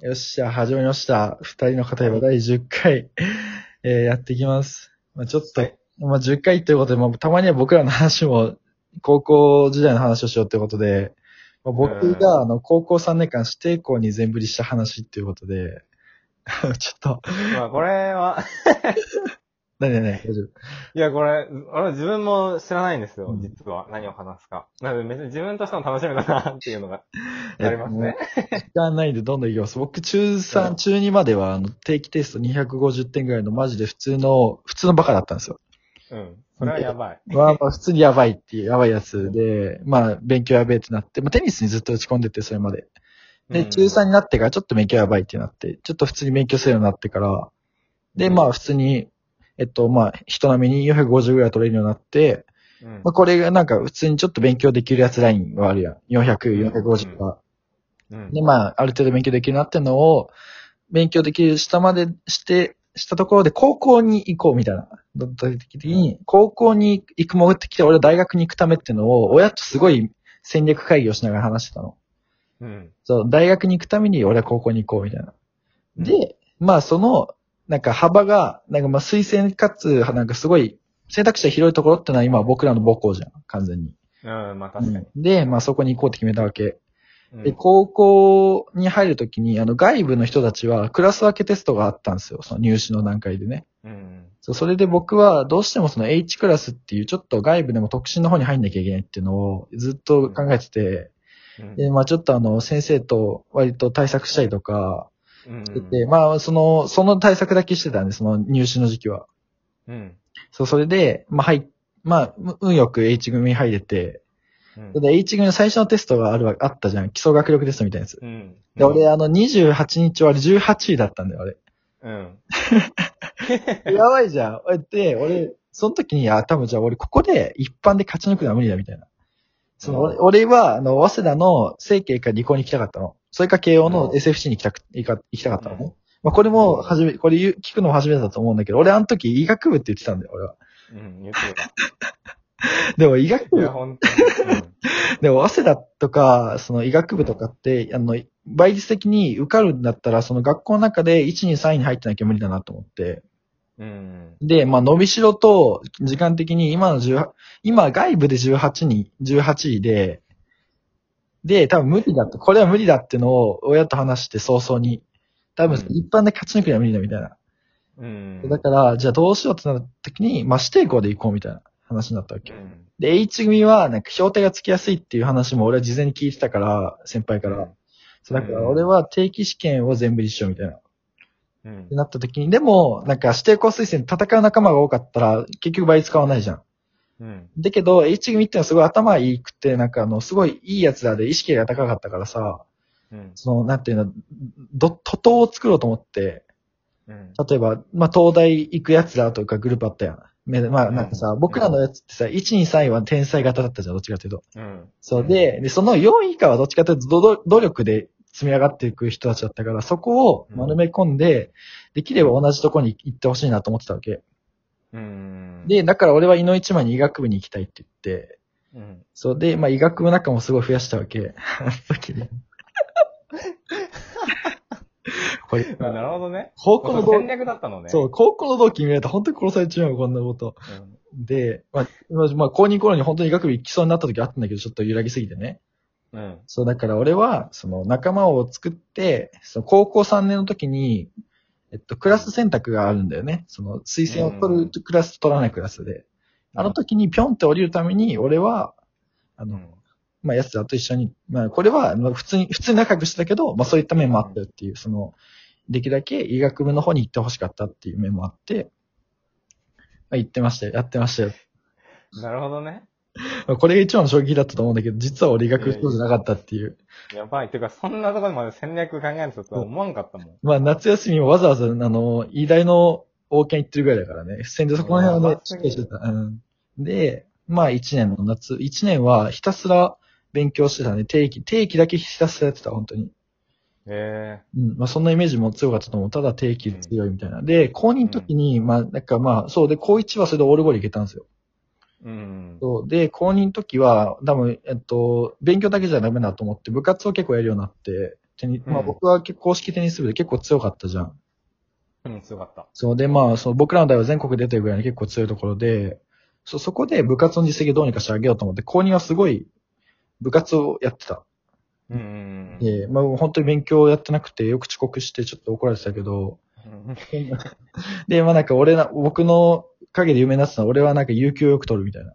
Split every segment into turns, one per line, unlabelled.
よっしゃ、始まりました。二人の語れば第10回、えーやっていきます。まあ、ちょっと、
はい
まあ、10回ということで、まあ、たまには僕らの話も、高校時代の話をしようということで、まあ、僕が、あの、高校3年間指定校に全振りした話っていうことで、 ちょっと、
まあこれは、
何々大丈夫。
いやこれ、俺自分も知らないんです
う
よ
ん、
実は。何を話すか。なので別に自分としても楽しみだなっていうのがありますね。
時間ないんでどんどんいきます。僕、中3、中2までは、あの、定期テスト250点ぐらいのマジで普通の、普通のバカだったんですよ。
うん。それはやばい。
まあまあ普通にやばいっていう、やばいやつで、まあ勉強やべえってなって、まあテニスにずっと打ち込んでて、それまで。で、中3になってからちょっと勉強やばいってなって、ちょっと普通に勉強するようになってから、で、まあ普通に、えっと、まあ人並みに450ぐらい取れるようになって、
うん、うん
まあこれがなんか普通にちょっと勉強できるやつラインはあるやん。400、450とか。
うん
で、まあ、ある程度勉強できるなってのを、勉強できる下までして、したところで高校に行こうみたいな。だった時に、高校に行くもってきて、俺は大学に行くためってのを、親とすごい戦略会議をしながら話してたの。
うん。
そう、大学に行くために俺は高校に行こうみたいな。
うん、
で、まあその、なんか幅が、なんかまあ推薦かつ、なんかすごい選択肢が広いところってのは今僕らの母校じゃん、完全に。
うん、まあ確かに。
で、まあそこに行こうって決めたわけ。
うん
で、高校に入るときに、あの、外部の人たちはクラス分けテストがあったんですよ。その入試の段階でね。
うん。
そうそれで僕は、どうしてもその H クラスっていう、ちょっと外部でも特進の方に入んなきゃいけないっていうのをずっと考えてて、
うん
で、まあちょっとあの、先生と割と対策したりとか
うん
してて、まあその、その対策だけしてたんです、その入試の時期は。
うん。
そう、それで、まあ入っ、まあ、運よく H 組に入れて、
うん
で、H 組の最初のテストがあるわ、あったじゃん。基礎学力テストみたいなやつ。
うん。
で、俺、あの、28日は18位だったんだよ、
うん。
あれ。やばいじゃん。で、俺、その時に、あ、多分じゃあ俺、ここで一般で勝ち抜くのは無理だ、みたいな。その、
うん
俺俺は、あの、早稲田の成形か理工に行きたかったの。それか慶応の
うん
SFC に行きたく、行か行きたかったのね。
う
まあ、これも、はじめ、これ言う聞くのも初めてだと思うんだけど、俺、あの時、医学部って言ってたんだよ、俺は。
うん、言ってた。
でも、医学
い
部、
や、ほんとに。
でも、早稲田とか、その医学部とかって、あの、倍率的に受かるんだったら、その学校の中で1、2、3位に入ってなきゃ無理だなと思って。
うん。
で、まあ、伸びしろと、時間的に今の18、今外部で18に、18位で、で、多分無理だって、これは無理だってのを親と話して早々に、多分
うん
一般で勝ち抜くには無理だみたいな。
うん。
だから、じゃあどうしようってなった時に、まあ、指定校で行こうみたいな話になったわけ。
うん、
で、H 組は、なんか評定がつきやすいっていう話も俺は事前に聞いてたから、先輩から。そうだから俺は定期試験を全部一緒みたいな。
うん
って。なった時に、でも、なんか指定校推薦で戦う仲間が多かったら、結局倍使わないじゃん。
うん。
だけど、H 組ってのはすごい頭いいくて、なんかあの、すごいいいやつらで意識が高かったからさ、
うん。
その、なんていうの、ど、徒党を作ろうと思って、
うん。
例えば、まあ、東大行くやつらとかグループあったやん。めまあ、なんかさ、僕らのやつってさ、1、2、3位は天才型だったじゃん、どっちかというと。
うん。
そうで、で、その4位以下はどっちかというと、どど努力で積み上がっていく人たちだったから、そこを丸め込んで、できれば同じとこに行ってほしいなと思ってたわけ。
うん。
で、だから俺は井の一番に医学部に行きたいって言って、
うん、
そうで、まあ、医学部仲もすごい増やしたわけ。 あの時ねこれ、
まあ、なるほどね。
高校の同
戦略だったのね。
そう、高校の同期見られたら本当に殺されちまう、こんなこと。で、まあ、まあまあ、高2頃に本当に医学部行きそうになった時あったんだけど、ちょっと揺らぎすぎてね。
うん。うん。
そう、だから俺は、その仲間を作って、その高校3年の時に、えっと、クラス選択があるんだよね。その、推薦を取るクラスと取らないクラスで。あの時にピョンって降りるために、俺は、あ
う
の、
ん。
まあ、やつらと一緒に、まあ、これは、まあ、普通に、普通に仲良くしてたけど、まあ、そういった面もあったよっていう、その、できるだけ医学部の方に行ってほしかったっていう面もあって、まあ、行ってましたよ、やってましたよ。
なるほどね。
まあ、これが一番の衝撃だったと思うんだけど、実は俺医学部そうじゃなかったっていう。
やばい。っていうか、そんなところまで戦略考えるとは思わんかったもん。
まあ、夏休みもわざわざ、あの、医大の王権行ってるぐらいだからね、普通にそこら辺はね
う、わ
しっかりしてた。うん。で、まあ、一年の夏、一年はひたすら勉強してたね、定期、定期だけひたすらやってた、本当に。
え
うん、まあそんなイメージも強かったと思う。ただ定期で強いみたいな。で、高2の時に、まあなんかまあ、そうで、高1はそれでオールゴール行けたんですよ。
えうん。
そうで、高2の時は、多分、えっと、勉強だけじゃダメだと思って、部活を結構やるようになって、テニ、まあ
うん
僕は結構公式テニス部で結構強かったじゃん。
うん、強かった。
そうで、まあ、その僕らの代は全国出てるぐらいの結構強いところで、そ、そこで部活の実績をどうにかしてあげようと思って、公認はすごい部活をやってた。
うんうんうん。
で、まあ本当に勉強をやってなくて、よく遅刻してちょっと怒られてたけど、
うん
で、まあなんか俺ら、僕の陰で有名になってたのは俺はなんか有給をよく取るみたいな。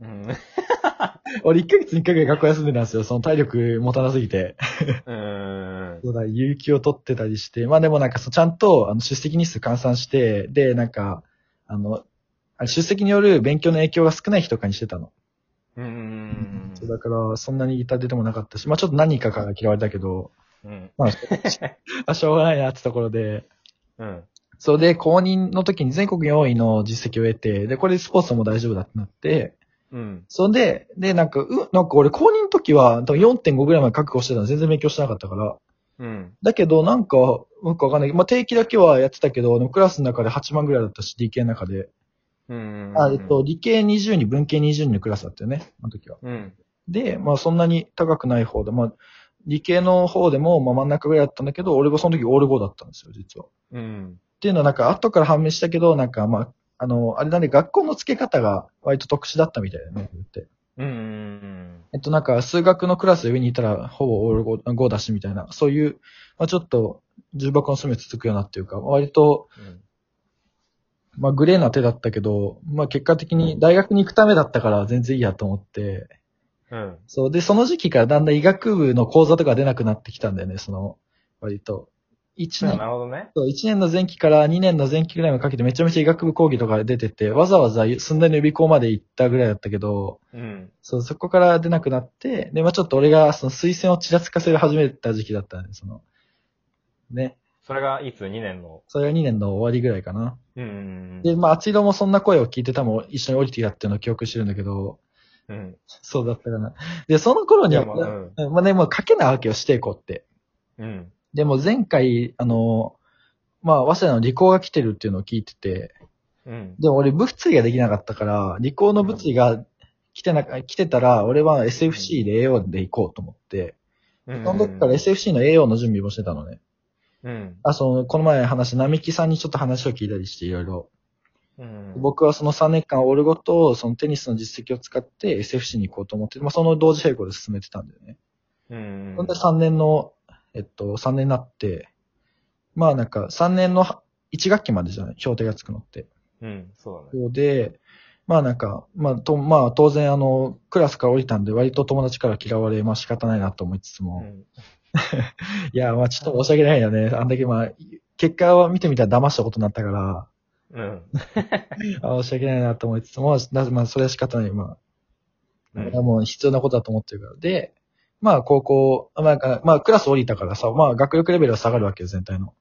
うん
俺1ヶ月に1回ぐらい学校休んでたんですよ。その体力持たなすぎて。
うん。
そうだ、有給を取ってたりして、まあでもなんかそう、ちゃんと、あの、出席日数換算して、で、なんか、あの、あれ出席による勉強の影響が少ない日とかにしてたの。
うんうん
そうだから、そんなに痛手でもなかったし、まあちょっと何かから嫌われたけど、
うん。
まあ、しあしょうがないなってところで、
うん。
そうで、公認の時に全国4位の実績を得て、で、これでスポーツも大丈夫だってなって、
うん。
そんで、で、なんか、う、なんか俺公認の時は、多分4.5ぐらいまで覚悟してたの全然勉強してなかったから、
うん。
だけど、なんか、なんかわかんない。まあ、定期だけはやってたけど、でもクラスの中で8万ぐらいだったし、理系の中で。
うん。
あ、えっと、理系20に文系20のクラスだったよね、あの時は。
うん。
で、まあ、そんなに高くない方で、まあ、理系の方でも、まあ、真ん中ぐらいだったんだけど、俺もその時オール5だったんですよ、実は。っ
うん。
ていうのは、なんか、後から判明したけど、なんか、まあ、あの、あれなんで、学校の付け方が割と特殊だったみたいだよね、って。
うん。うん。
えっと、なんか、数学のクラス上にいたら、ほぼオール 5, 5だし、みたいな、そういう、まあ、ちょっと、重箱の隅をつつくようなっていうか、割と、まあ、グレーな手だったけど、まあ、結果的に大学に行くためだったから全然いいやと思って、
うん。
そう、で、その時期からだんだん医学部の講座とか出なくなってきたんだよね、その、割と。1
なる
年、
ほどね。
そう一年の前期から2年の前期ぐらいまでかけてめちゃめちゃ医学部講義とか出てて、わざわざ寸大の予備校まで行ったぐらいだったけど、
うん。
そう、そこから出なくなって、で、まあちょっと俺がその推薦をちらつかせ始めた時期だったんで、その、ね、
それがいつ ?2 年の。
それが2年の終わりぐらいかな。
うん。
で、まあ、厚井戸もそんな声を聞いて多分一緒に降りてきたっていうのを記憶してるんだけど、
うん。
そうだったかな。で、その頃
い
に
や、
は、
ま
ま
あ、うん。
あ、でも書けないわけよ、していこうって。
うん。
でも前回、あの、まあ、早稲田の理工が来てるっていうのを聞いてて、
うん。
でも俺物理ができなかったから、理工の物理が来てな、来てたら、俺は SFC で AO で行こうと思って、
そ
その時から SFC の AO の準備もしてたのね。
うん。
あ、その、この前話した並木さんにちょっと話を聞いたりして、いろいろ。
うん。
僕はその3年間オルゴとそのテニスの実績を使って SFC に行こうと思って、まあ、その同時並行で進めてたんだよね。
うん。
そんで3年の、えっと、3年になって、まあなんか3年の1学期までじゃない、評定がつくのって。
うん。そうだね。
そうで、まあなんか、まあと、まあ当然あの、クラスから降りたんで割と友達から嫌われ、まあ仕方ないなと思いつつ
う
も、
ん。
いや、まあちょっと申し訳ないよね。あんだけまあ、結果を見てみたら騙したことになったから、
うん。
あ申し訳ないなと思いつつも、なまあそれは仕方ない、まあ
う
こ
ん
れはもう必要なことだと思ってるから。で、まあ高校、まあなんか、まあクラス降りたからさ、まあ学力レベルは下がるわけよ、全体の。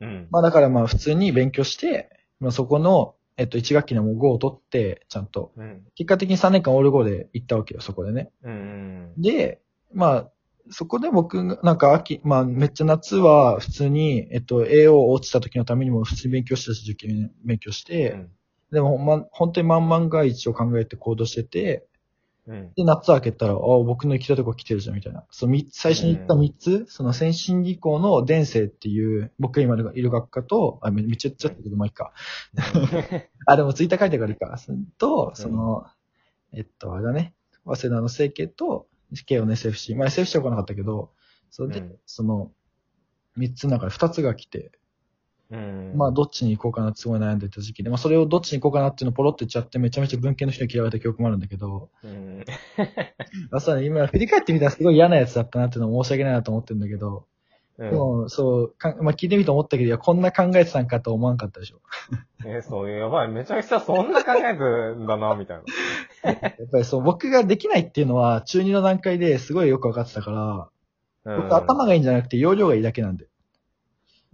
うん。
まあだからまあ普通に勉強して、まあそこの、えっと、1学期のもう5を取って、ちゃんと。
うん。
結果的に3年間オール5で行ったわけよ、そこでね。
うん。
で、まあ、そこで僕が、なんか秋、まあめっちゃ夏は普通に、えっと、AO 落ちた時のためにも普通に勉強してたし、受験勉強して、でもほんま、本当に満々が一を考えて行動してて、
うん。
で、夏開けたら、あ僕の行きたいとこ来てるじゃん、みたいな。そう、三つ、最初に行った三つ、その先進技工の伝生っていう、僕が今いる学科と、あ、めめっちゃ言っちゃったけど、まあいいか。 あ、でもツイッター書いてからいいか。そと、その、えっと、あれだね、早稲田の整形と、慶応の SFC。まあ SFC は来なかったけど、それで、
うん
その、三つの中で二つが来て、
うん。
まあ、どっちに行こうかなってすごい悩んでた時期で、まあそれをどっちに行こうかなっていうのをポロって言っちゃって、めちゃめちゃ文系の人に嫌われた記憶もあるんだけど、
うん。
あそうね、今振り返ってみたらすごい嫌なやつだったなっていうのも申し訳ないなと思ってるんだけど、
うん
でも、そう、かまあ、聞いてみて思ったけど、いや、こんな考えてたんかと思わんかったでしょ。
え、そう、やばい。めちゃくちゃそんな考えてんだな、みたいな。
やっぱりそう、僕ができないっていうのは、中2の段階ですごいよく分かってたから、
うん
僕頭がいいんじゃなくて、容量がいいだけなんで。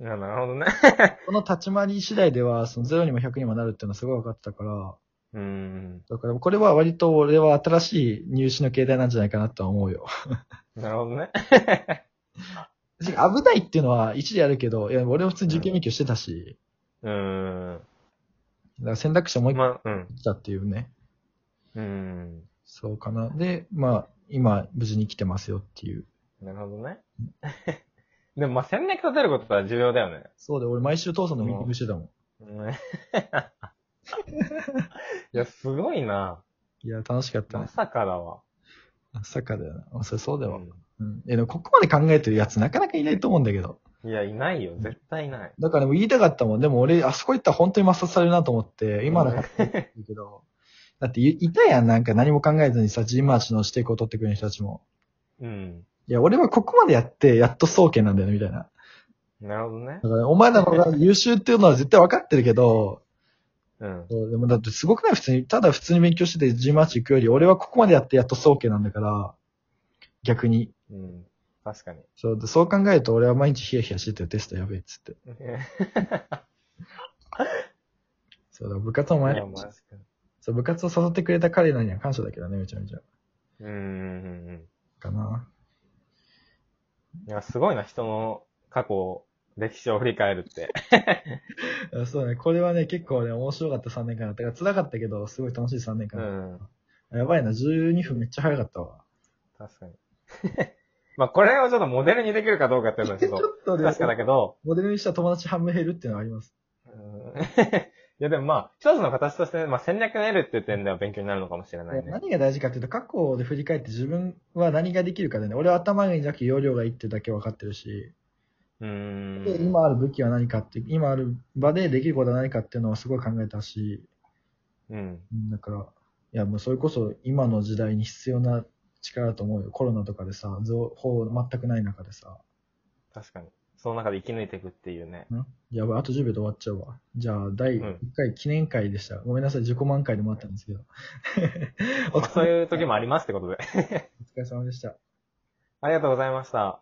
いやなるほどね。
この立ち回り次第では、その0にも100にもなるっていうのはすごい分かってたから、
うん。
だからこれは割と俺は新しい入試の形態なんじゃないかなとは思うよ。
なるほどね。
危ないっていうのは一理あるけど、いや、俺も普通に受験勉強してたし、
うん。
だから選択肢をもう一個
まあ、うん。
来たっていうね。
うん。
そうかな。で、まあ、今、無事に来てますよっていう。
なるほどね。でもまあ戦略立てることは重要だよね。
そうで、俺毎週父さんのミーティングしてたもん。
うん いや、すごいな。
いや、楽しかった
ま
ね。
さかだわ。
サッカーだよな。まあそれそうだ
う
よ。
ん
うん。え、でもここまで考えてるやつなかなかいないと思うんだけど。
いや、いないよ。絶対いない。
だからもう言いたかったもん。でも俺、あそこ行ったら本当に抹殺されるなと思って、今だから言ってるけど。だってい、いたやん、なんか何も考えずにさ、ジンマーチの指定校取ってくれる人たちも。
うん。
いや、俺はここまでやって、やっと総研なんだよね、みたいな。
なるほどね
だ。から、お前らの方が優秀っていうのは絶対分かってるけど、
うん。
そうでもだってすごくない普通に、ただ普通に勉強しててジンマーチ行くより、俺はここまでやってやっと総研なんだから、逆に。
うん。確かに。
そう、でそう考えると俺は毎日ヒヤヒヤしててテストやべえっつって。そうだ、部活 お前
いや、マジか。
そう、部活を誘ってくれた彼らには感謝だけどね、めちゃめちゃ。
うんうんうんうん。
かな。
いや、すごいな、人の過去を、歴史を振り返る って。
いやそうね、これはね、結構ね、面白かった3年間だったから、辛かったけど、すごい楽しい3年
う
間だっ
ん。
た。やばいな、12分めっちゃ早かったわ。
確かに。 まあ、これをちょっとモデルにできるかどうかっていうのはち
ち
ょ
ょ
っ
っ
と、
とね
確かだけど、
モデルにした友達半分減るっていうのはあります。
うん いや、でもまあ、一つの形として、まあ、戦略を得るっていう点では勉強になるのかもしれないね。
何が大事かっていうと、過去で振り返って自分は何ができるかでね、俺は頭がいいんじゃなくて容量がいいってだけ分かってるし、
うーん。
で、今ある武器は何かって、今ある場でできることは何かっていうのはすごい考えたし、
うん。
うんだから、いやもうそれこそ今の時代に必要な力だと思うよ。コロナとかでさ、情報全くない中でさ。
確かに。その中で生き抜いていくってい うね。
んやばい、あと10秒で終わっちゃうわ。じゃあ、第
うん
1回記念会でした。ごめんなさい、自己満回でもあったんですけど。お
まあ、そ
疲
う
れ
いう時もありますってこと
お
で。
疲れ様でした。
ありがとうございました。